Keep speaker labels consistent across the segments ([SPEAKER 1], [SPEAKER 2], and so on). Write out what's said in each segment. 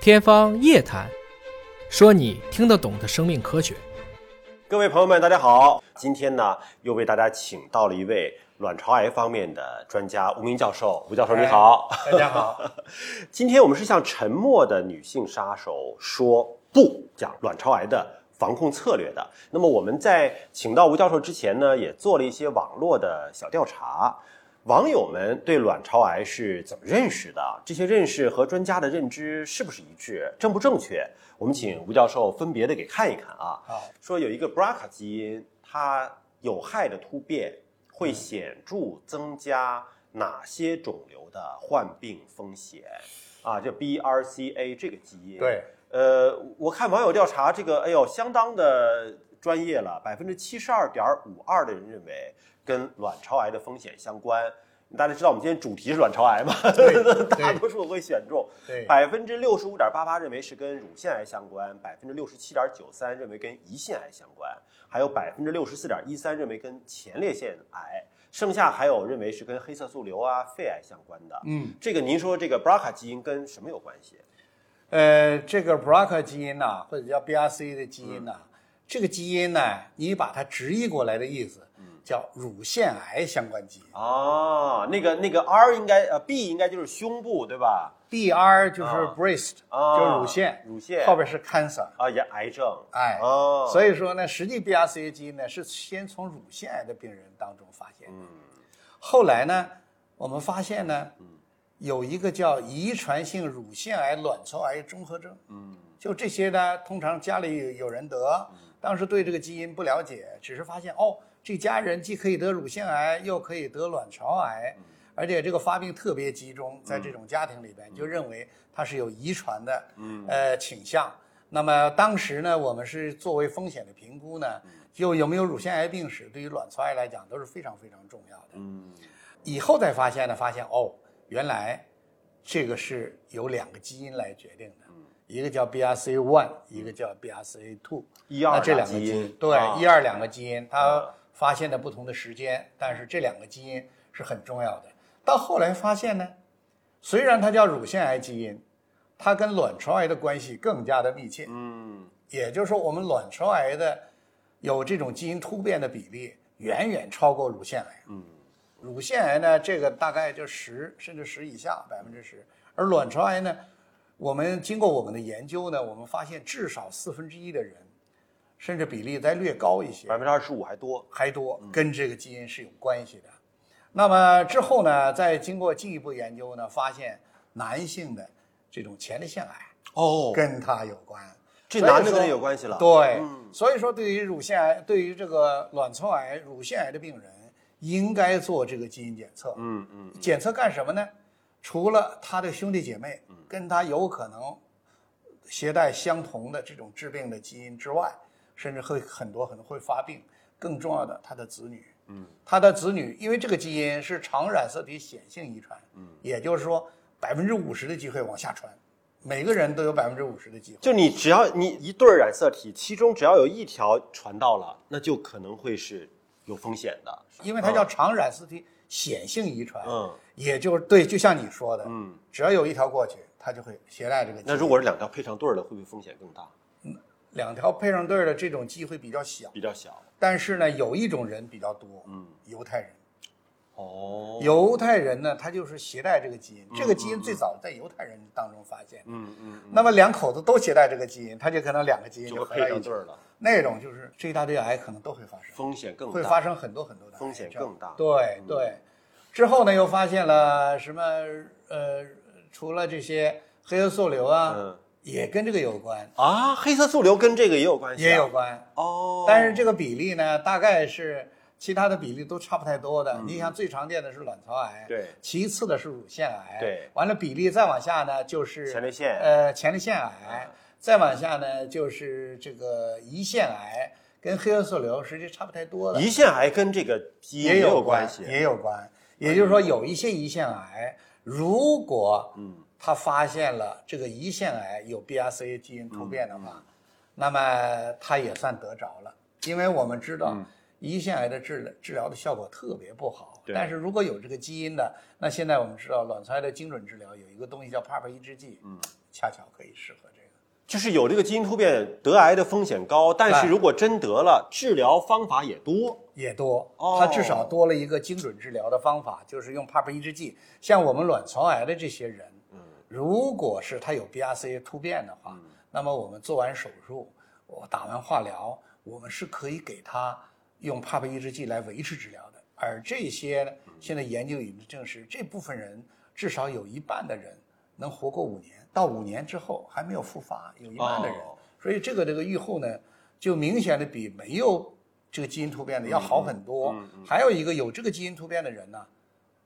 [SPEAKER 1] 天方夜谭，说你听得懂的生命科学。
[SPEAKER 2] 各位朋友们，大家好！今天呢，又为大家请到了一位卵巢癌方面的专家吴明教授。吴教授，你好！
[SPEAKER 3] 哎大家好，
[SPEAKER 2] 今天我们是向沉默的女性杀手说不，讲卵巢癌的防控策略的。那么我们在请到吴教授之前呢，也做了一些网络的小调查，网友们对卵巢癌是怎么认识的？这些认识和专家的认知是不是一致？正不正确？我们请吴教授分别的给看一看啊。
[SPEAKER 3] 好，
[SPEAKER 2] 说有一个 BRCA 基因，它有害的突变会显著增加哪些肿瘤的患病风险？啊，这 BRCA 这个基因，，
[SPEAKER 3] 对，
[SPEAKER 2] 呃，我看网友调查这个，哎呦，相当的专业了，百分之七十二点五二的人认为跟卵巢癌的风险相关。大家知道我们今天主题是卵巢癌嘛？
[SPEAKER 3] 对
[SPEAKER 2] 大多数会选中。
[SPEAKER 3] 对，
[SPEAKER 2] 百分之六十五点八八认为是跟乳腺癌相关，百分之六十七点九三认为跟胰腺癌相关，还有百分之六十四点一三认为跟前列腺癌，剩下还有认为是跟黑色素瘤啊、肺癌相关的。
[SPEAKER 3] 嗯，
[SPEAKER 2] 这个您说这个 BRCA 基因跟什么有关系？
[SPEAKER 3] 呃，这个 BRCA 基因呐、
[SPEAKER 2] 嗯
[SPEAKER 3] 或者叫 BRCA 的基因呐、这个基因呢，你把它直译过来的意思，
[SPEAKER 2] 嗯
[SPEAKER 3] 叫乳腺癌相关基因。
[SPEAKER 2] 哦，那个那个 R 应该呃 B 应该就是胸部对吧？
[SPEAKER 3] BR 就是
[SPEAKER 2] 啊
[SPEAKER 3] breast，、
[SPEAKER 2] 啊
[SPEAKER 3] 就是乳腺，
[SPEAKER 2] 乳腺
[SPEAKER 3] 后边是 cancer，
[SPEAKER 2] 啊，也癌症。
[SPEAKER 3] 哎，
[SPEAKER 2] 哦，
[SPEAKER 3] 所
[SPEAKER 2] 以
[SPEAKER 3] 以说呢，实际 BRCA 基因呢是先从乳腺癌的病人当中发现的，
[SPEAKER 2] 嗯
[SPEAKER 3] 后来呢，我们发现呢，有一个叫遗传性乳腺癌卵巢癌综合症，嗯，就这些呢，通常家里有有人得，当时对这个基因不了解，只是发现哦，这家人既可以得乳腺癌，又可以得卵巢癌。而且这个发病特别集中，在这种家庭里边，就认为它是有遗传的，呃倾向。那么当时呢，我们是作为风险的评估呢，就有没有乳腺癌病史，对于卵巢癌来讲都是非常非常重要的。
[SPEAKER 2] 嗯
[SPEAKER 3] 以后才发现呢，发现哦，原来这个是由两个基因来决定的，
[SPEAKER 2] 嗯
[SPEAKER 3] 一个叫 BRCA1，一个叫 BRCA2。
[SPEAKER 2] 一二
[SPEAKER 3] 那这两个
[SPEAKER 2] 基因
[SPEAKER 3] 对
[SPEAKER 2] 啊嗯
[SPEAKER 3] 一二两个基因，它发现的不同的时间，但是这两个基因是很重要的。到后来发现呢，虽然它叫乳腺癌基因，它跟卵巢癌的关系更加的密切。
[SPEAKER 2] 嗯
[SPEAKER 3] 也就是说，我们卵巢癌的有这种基因突变的比例远远超过乳腺癌。
[SPEAKER 2] 嗯
[SPEAKER 3] 乳腺癌呢，这个大概就十甚至十以下，百分之十。而卵巢癌呢，我们经过我们的研究呢，我们发现至少四分之一的人，甚至比例再略高一些
[SPEAKER 2] 百，分嗯之二十五还多。
[SPEAKER 3] 还多，跟这个基因是有关系的。那么之后呢，再经过进一步研究呢，发现男性的这种前列腺癌
[SPEAKER 2] 哦
[SPEAKER 3] 跟它有关。
[SPEAKER 2] 这
[SPEAKER 3] 所以
[SPEAKER 2] 男的
[SPEAKER 3] 说
[SPEAKER 2] 跟他有关系了。
[SPEAKER 3] 对，
[SPEAKER 2] 嗯
[SPEAKER 3] 所以说对于乳腺癌，对于这个卵巢癌、乳腺癌的病人，应该做这个基因检测。
[SPEAKER 2] 嗯嗯
[SPEAKER 3] 检测干什么呢？除了他的兄弟姐妹
[SPEAKER 2] 嗯
[SPEAKER 3] 跟他有可能携带相同的这种致病的基因之外，甚至会很多可能会发病。更重要的，他的子女，
[SPEAKER 2] 嗯，
[SPEAKER 3] 他的子女，因为这个基因是常染色体显性遗传，嗯，也就是说百分之五十的机会往下传，每个人都有百分之五十的机会。
[SPEAKER 2] 就你只要你一对儿染色体，其中只要有一条传到了，那就可能会是有风险的。
[SPEAKER 3] 因为它叫常染色体显性遗传，
[SPEAKER 2] 嗯，
[SPEAKER 3] 也就是对，就像你说的，
[SPEAKER 2] 嗯，
[SPEAKER 3] 只要有一条过去，它就会携带这个基因。
[SPEAKER 2] 那如果是两条配上对儿的，会不会风险更大？
[SPEAKER 3] 两条配上对儿的这种机会比较小，
[SPEAKER 2] 比较小。
[SPEAKER 3] 但是呢，有一种人比较多，嗯，犹太人。
[SPEAKER 2] 哦，
[SPEAKER 3] 犹太人呢，他就是携带这个基因，这个基因最早在犹太人当中发现。
[SPEAKER 2] 嗯嗯，
[SPEAKER 3] 那么两口子都携带这个基因，他就可能两个基因
[SPEAKER 2] 就
[SPEAKER 3] 就
[SPEAKER 2] 会
[SPEAKER 3] 合
[SPEAKER 2] 配
[SPEAKER 3] 在一
[SPEAKER 2] 上
[SPEAKER 3] 起
[SPEAKER 2] 对。儿了，
[SPEAKER 3] 那种就是这一大堆癌可能都会发生。
[SPEAKER 2] 风险更
[SPEAKER 3] 会
[SPEAKER 2] 大。
[SPEAKER 3] 发生很多很多的
[SPEAKER 2] 风险
[SPEAKER 3] 癌症
[SPEAKER 2] 更大嗯
[SPEAKER 3] 对对，之后呢又发现了什么呃，除了这些黑色素瘤啊，
[SPEAKER 2] 嗯
[SPEAKER 3] 也跟这个有关，
[SPEAKER 2] 啊，黑色素瘤跟这个也有关系、啊，
[SPEAKER 3] 也有关。
[SPEAKER 2] 哦。
[SPEAKER 3] 但是这个比例呢，大概是其他的比例都差不太多的。你想最常见的是卵巢癌，
[SPEAKER 2] 嗯对
[SPEAKER 3] 其次的是乳腺癌，
[SPEAKER 2] 对
[SPEAKER 3] 完了比例再往下呢就是
[SPEAKER 2] 前列腺嗯
[SPEAKER 3] 呃前列腺癌，再往下呢就是这个胰腺癌，跟黑色素瘤实际差不太多的。
[SPEAKER 2] 胰腺癌跟这个基因
[SPEAKER 3] 也
[SPEAKER 2] 有
[SPEAKER 3] 关
[SPEAKER 2] 系，
[SPEAKER 3] 也有关。也就是说，有一些胰腺癌，如果嗯，他发现了这个胰腺癌有 BRCA 基因突变的话，那么他也算得着了，因为我们知道，胰腺癌的治治疗的效果特别不好。
[SPEAKER 2] 对
[SPEAKER 3] 但是如果有这个基因的，那现在我们知道卵巢癌的精准治疗有一个东西叫 PARP 抑制剂，嗯，恰巧可以适合这个。
[SPEAKER 2] 就是有这个基因突变，得癌的风险高，但是
[SPEAKER 3] 对
[SPEAKER 2] 如果真得了，治疗方法也多。
[SPEAKER 3] 也多，
[SPEAKER 2] 哦
[SPEAKER 3] 它至少多了一个精准治疗的方法，就是用 PARP E 抑制剂。像我们卵巢癌的这些人，嗯，如果是他有 BRCA 突变的话，那么我们做完手术，我打完化疗，我们是可以给他用 PARP 抑制剂来维持治疗的。而这些呢现在研究已经证实，这部分人至少有一半的人能活过五年，到五年之后还没有复发，有一半的人。
[SPEAKER 2] 哦
[SPEAKER 3] 所以这个这个预后呢，就明显的比没有这个基因突变的要好很多。还有一个有这个基因突变的人呢，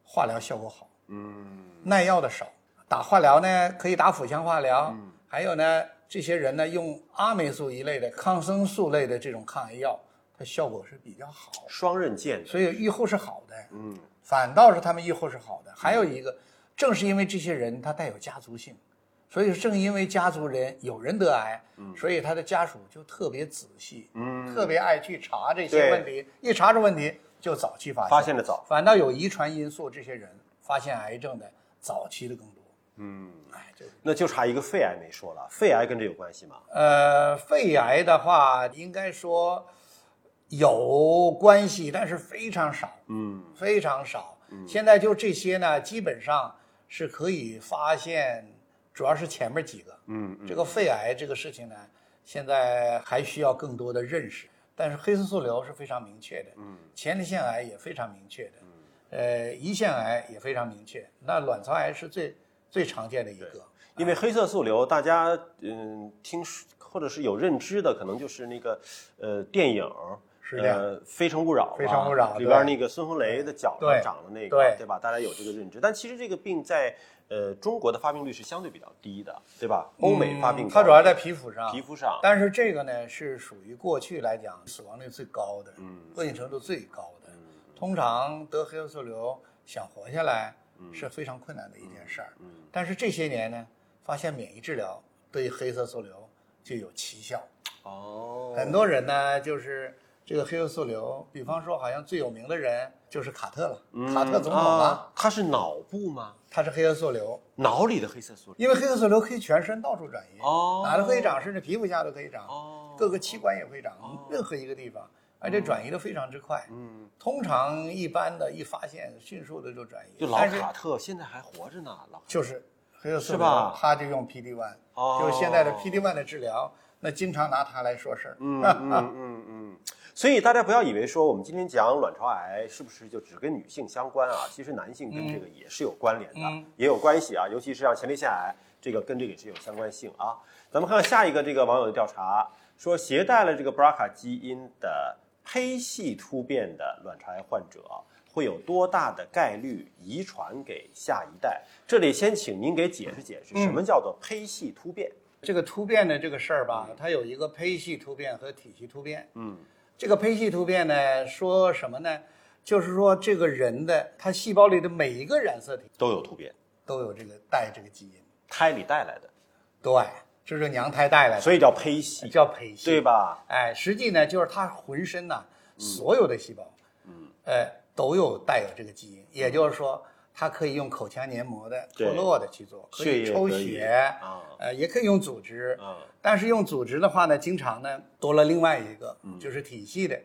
[SPEAKER 3] 化疗效果好，
[SPEAKER 2] 嗯，
[SPEAKER 3] 耐药的少。打化疗呢，可以打腹腔化疗，还有呢，这些人呢用阿霉素一类的抗生素类的这种抗癌药，它效果是比较好，
[SPEAKER 2] 双刃剑的。
[SPEAKER 3] 所以预后是好的。
[SPEAKER 2] 嗯，
[SPEAKER 3] 反倒是他们预后是好的。还有一个，正是因为这些人他带有家族性，所以正因为家族人有人得癌，所以他的家属就特别仔细，
[SPEAKER 2] 嗯
[SPEAKER 3] 特别爱去查
[SPEAKER 2] 对
[SPEAKER 3] 这些问题，一查出问题就早期发现，
[SPEAKER 2] 发现的早。
[SPEAKER 3] 反倒有遗传因素，这些人发现癌症的早期的更多。
[SPEAKER 2] 嗯，
[SPEAKER 3] 哎，这个
[SPEAKER 2] 那就差一个肺癌没说了，肺癌跟这有关系吗？
[SPEAKER 3] 呃，肺癌的话，应该说有关系，但是非常少。
[SPEAKER 2] 嗯，
[SPEAKER 3] 非常少。现在就这些呢，基本上是可以发现，主要是前面几个。
[SPEAKER 2] 嗯，
[SPEAKER 3] 这个肺癌这个事情呢，现在还需要更多的认识。但是黑色素瘤是非常明确的，嗯，前列腺癌也非常明确的，
[SPEAKER 2] 嗯
[SPEAKER 3] 呃，胰腺癌也非常明确。那卵巢癌是最最常见的一个，
[SPEAKER 2] 因为黑色素瘤，大家嗯听说或者是有认知的，可能就是那个呃电影儿
[SPEAKER 3] 是的
[SPEAKER 2] 呃《非诚勿扰》吧，
[SPEAKER 3] 非诚勿扰
[SPEAKER 2] 里
[SPEAKER 3] 对
[SPEAKER 2] 边那个孙红雷的脚上
[SPEAKER 3] 对
[SPEAKER 2] 长的那个，
[SPEAKER 3] 对
[SPEAKER 2] 吧？大家有这个认知，但其实这个病在呃中国的发病率是相对比较低的，对吧？欧美发病
[SPEAKER 3] 嗯
[SPEAKER 2] 高
[SPEAKER 3] 它主要在皮肤上，
[SPEAKER 2] 皮肤上，
[SPEAKER 3] 但是这个呢，是属于过去来讲死亡率最高的，
[SPEAKER 2] 嗯
[SPEAKER 3] 恶性程度最高的。通常得黑色素瘤想活下来
[SPEAKER 2] 嗯
[SPEAKER 3] 是非常困难的一件事儿。但是这些年呢，发现免疫治疗对黑色素瘤就有奇效。
[SPEAKER 2] 哦，
[SPEAKER 3] 很多人呢，就是这个黑色素瘤，比方说好像最有名的人就是卡特了，卡特总统啊，
[SPEAKER 2] 嗯啊，它是脑部吗？
[SPEAKER 3] 他是黑色素瘤，
[SPEAKER 2] 脑里的黑色素瘤
[SPEAKER 3] 因为黑色素瘤可以全身到处转移，
[SPEAKER 2] 哦
[SPEAKER 3] 哪都可以长，甚至皮肤下都可以长，
[SPEAKER 2] 哦
[SPEAKER 3] 各个器官也会长，任何一个地方，而且转移的非常之快。
[SPEAKER 2] 嗯，
[SPEAKER 3] 通常一般的一发现，迅速的就转移。
[SPEAKER 2] 就老
[SPEAKER 3] 但是
[SPEAKER 2] 卡特现在还活着呢，老卡特
[SPEAKER 3] 就是黑色素
[SPEAKER 2] 是
[SPEAKER 3] 瘤
[SPEAKER 2] 吧
[SPEAKER 3] 他就用 PD one，、
[SPEAKER 2] 哦
[SPEAKER 3] 就是现在的 PD one 的治疗，那经常拿它来说事儿。
[SPEAKER 2] 嗯嗯嗯嗯，所以大家不要以为说我们今天讲卵巢癌是不是就只跟女性相关啊？其实男性跟这个也是有关联的，也有关系啊。尤其是像前列腺癌，这个跟这个也是有相关性啊。咱们看看下一个这个网友的调查，说携带了这个 BRCA 基因的胚系突变的卵巢癌患者。会有多大的概率遗传给下一代？这里先请您给解释解释，什么叫做胚系突变？
[SPEAKER 3] 这个突变的这个事儿吧，它有一个胚系突变和体系突变。
[SPEAKER 2] 嗯，
[SPEAKER 3] 这个胚系突变呢，说什么呢？就是说这个人的他细胞里的每一个染色体
[SPEAKER 2] 都有突变，
[SPEAKER 3] 都有这个带这个基因，
[SPEAKER 2] 胎里带来的，
[SPEAKER 3] 对，这是娘胎带来的，
[SPEAKER 2] 所以叫胚系。
[SPEAKER 3] 叫胚系，
[SPEAKER 2] 对？吧？
[SPEAKER 3] 哎，实际呢，就是他浑身呐、所有的细胞，嗯，呃，都有带有这个基因，也就是说，它可以用口腔黏膜的脱
[SPEAKER 2] 嗯对
[SPEAKER 3] 落的去做，可
[SPEAKER 2] 血
[SPEAKER 3] 以
[SPEAKER 2] 液
[SPEAKER 3] 抽
[SPEAKER 2] 可以
[SPEAKER 3] 血，
[SPEAKER 2] 啊
[SPEAKER 3] 呃，也可以用组织，
[SPEAKER 2] 嗯
[SPEAKER 3] 但是用组织的话呢，经常呢多了另外一个，
[SPEAKER 2] 嗯
[SPEAKER 3] 就是体系的，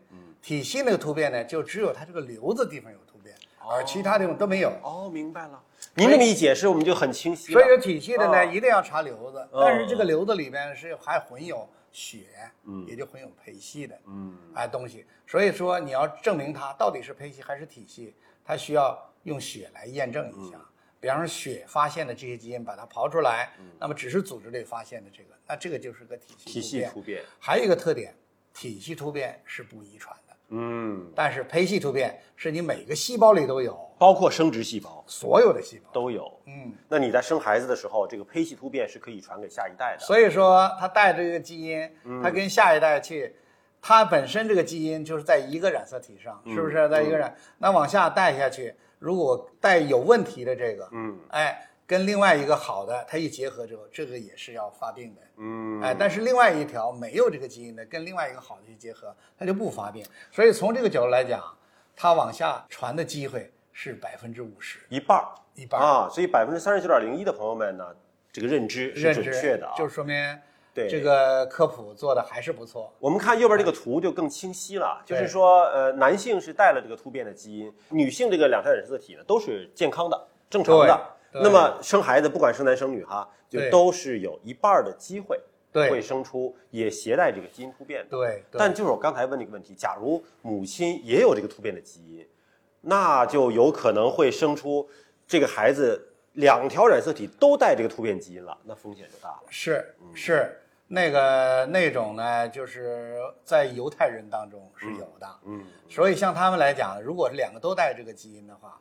[SPEAKER 3] 体系那个突变呢，就只有它这个瘤子地方有突变，而其他地方都没有。
[SPEAKER 2] 哦，明白了。您这么一解释，我们就很清晰了。
[SPEAKER 3] 所以有体系的
[SPEAKER 2] 啊
[SPEAKER 3] 呢，一定要查瘤子，但是这个瘤子里边是还混有血，
[SPEAKER 2] 嗯
[SPEAKER 3] 也就混有胚系的，嗯，哎东西。所以说你要证明它到底是胚系还是体系，它需要用血来验证一
[SPEAKER 2] 嗯
[SPEAKER 3] 下。比方说血发现的这些基因，把它刨出来，那么只是组织里发现的这个，那这个就是个体系
[SPEAKER 2] 体系突变，
[SPEAKER 3] 还有一个特点，体系突变是不遗传的，
[SPEAKER 2] 嗯，
[SPEAKER 3] 但是胚系突变是你每个细胞里都有，
[SPEAKER 2] 包括生殖细胞
[SPEAKER 3] 所有的细胞。
[SPEAKER 2] 都有。
[SPEAKER 3] 嗯，
[SPEAKER 2] 那你在生孩子的时候，这个胚系突变是可以传给下一代的。
[SPEAKER 3] 所以说，他带着这个基因，
[SPEAKER 2] 嗯
[SPEAKER 3] 他跟下一代去，他本身这个基因就是在一个染色体上，
[SPEAKER 2] 嗯
[SPEAKER 3] 是不是在一个染？那往下带下去，如果带有问题的这个，
[SPEAKER 2] 嗯，
[SPEAKER 3] 哎，跟另外一个好的，它一结合之后，这个也是要发病的。
[SPEAKER 2] 嗯，
[SPEAKER 3] 哎，但是另外一条没有这个基因的，跟另外一个好的去结合，它就不发病。所以从这个角度来讲，它往下传的机会是百分之五十，
[SPEAKER 2] 一半儿
[SPEAKER 3] 一半儿
[SPEAKER 2] 啊，所以百分之三十九点零一的朋友们呢，这个认知是
[SPEAKER 3] 认
[SPEAKER 2] 准
[SPEAKER 3] 知
[SPEAKER 2] 确的啊。
[SPEAKER 3] 就说明
[SPEAKER 2] 对
[SPEAKER 3] 这个科普做的还是不错。
[SPEAKER 2] 我们看右边这个图就更清晰了，就
[SPEAKER 3] 对
[SPEAKER 2] 是说，呃，男性是带了这个突变的基因，女性这个两条染色体呢都是健康的、正常的。
[SPEAKER 3] 对对
[SPEAKER 2] 那么生孩子，不管生男生女哈，就
[SPEAKER 3] 对
[SPEAKER 2] 都是有一半儿的机会
[SPEAKER 3] 对
[SPEAKER 2] 会生出也携带这个基因突变的。
[SPEAKER 3] 对，对
[SPEAKER 2] 但就是我刚才问这个问题，假如母亲也有这个突变的基因，那就有可能会生出这个孩子两条染色体都带这个突变基因了，那风险就大了。
[SPEAKER 3] 是是那个那种呢，就是在犹太人当中是有的。
[SPEAKER 2] 嗯，
[SPEAKER 3] 所以像他们来讲，如果两个都带这个基因的话，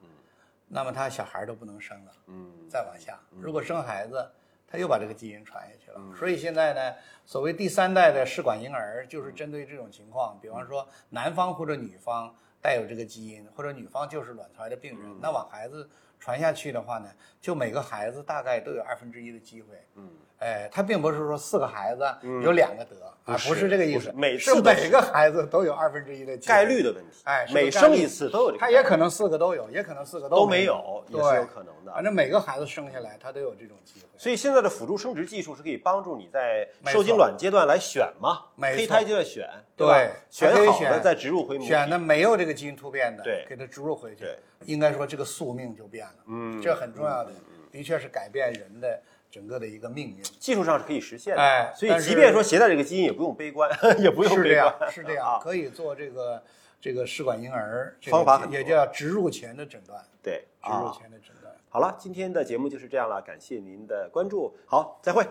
[SPEAKER 3] 那么他小孩都不能生了。
[SPEAKER 2] 嗯嗯
[SPEAKER 3] 再往下，如果生孩子，他又把这个基因传下去了。所以现在呢，所谓第三代的试管婴儿，就是针对这种情
[SPEAKER 2] 嗯
[SPEAKER 3] 况，比方说男方或者女方带有这个基因，或者女方就是卵巢癌的病
[SPEAKER 2] 嗯
[SPEAKER 3] 人，那往孩子传下去的话呢，就每个孩子大概都有二分之一的机会。嗯。哎，他并不是说四个孩子有两个得、啊，
[SPEAKER 2] 是
[SPEAKER 3] 不是这个意
[SPEAKER 2] 嗯不
[SPEAKER 3] 思
[SPEAKER 2] 是，每次
[SPEAKER 3] 是
[SPEAKER 2] 都是
[SPEAKER 3] 每个孩子都有二分之一的机会
[SPEAKER 2] 概率的问题，
[SPEAKER 3] 哎是个
[SPEAKER 2] 每
[SPEAKER 3] 概
[SPEAKER 2] 生
[SPEAKER 3] 率
[SPEAKER 2] 一次都有这个概
[SPEAKER 3] 他
[SPEAKER 2] 率，
[SPEAKER 3] 也可能四个都有，也可能四个
[SPEAKER 2] 都
[SPEAKER 3] 没
[SPEAKER 2] 没有，也
[SPEAKER 3] 对
[SPEAKER 2] 是有可能
[SPEAKER 3] 反
[SPEAKER 2] 的。
[SPEAKER 3] 正每个孩子生下来，他都有这种机会。
[SPEAKER 2] 所以现在的辅助生殖技术是可以帮助你在
[SPEAKER 3] 没错
[SPEAKER 2] 受精卵阶段来选嘛，
[SPEAKER 3] 没错
[SPEAKER 2] 胚胎阶段选，
[SPEAKER 3] 对
[SPEAKER 2] 吧
[SPEAKER 3] 还？可以
[SPEAKER 2] 选好了
[SPEAKER 3] 选
[SPEAKER 2] 再植入回母体。
[SPEAKER 3] 选的没有这个基因突变的，
[SPEAKER 2] 对
[SPEAKER 3] 给它植入回去
[SPEAKER 2] 对，
[SPEAKER 3] 应该说这个宿命就变了，
[SPEAKER 2] 嗯
[SPEAKER 3] 这很重要的，的确是改变人的整个的一个命运，
[SPEAKER 2] 技术上是可以实现的，
[SPEAKER 3] 哎
[SPEAKER 2] 所以
[SPEAKER 3] 但是
[SPEAKER 2] 即便说携带这个基因，也不用悲观， 也不用
[SPEAKER 3] 是这
[SPEAKER 2] 悲
[SPEAKER 3] 样
[SPEAKER 2] 观，，
[SPEAKER 3] 是这样，
[SPEAKER 2] 啊。
[SPEAKER 3] 可以做这个这个试管婴儿这个
[SPEAKER 2] 方法很多
[SPEAKER 3] 也叫植入前的诊断，
[SPEAKER 2] 对，
[SPEAKER 3] 植入
[SPEAKER 2] 啊，
[SPEAKER 3] 前的诊断。
[SPEAKER 2] 好了，今天的节目就是这样了，感谢您的关注，好，再会。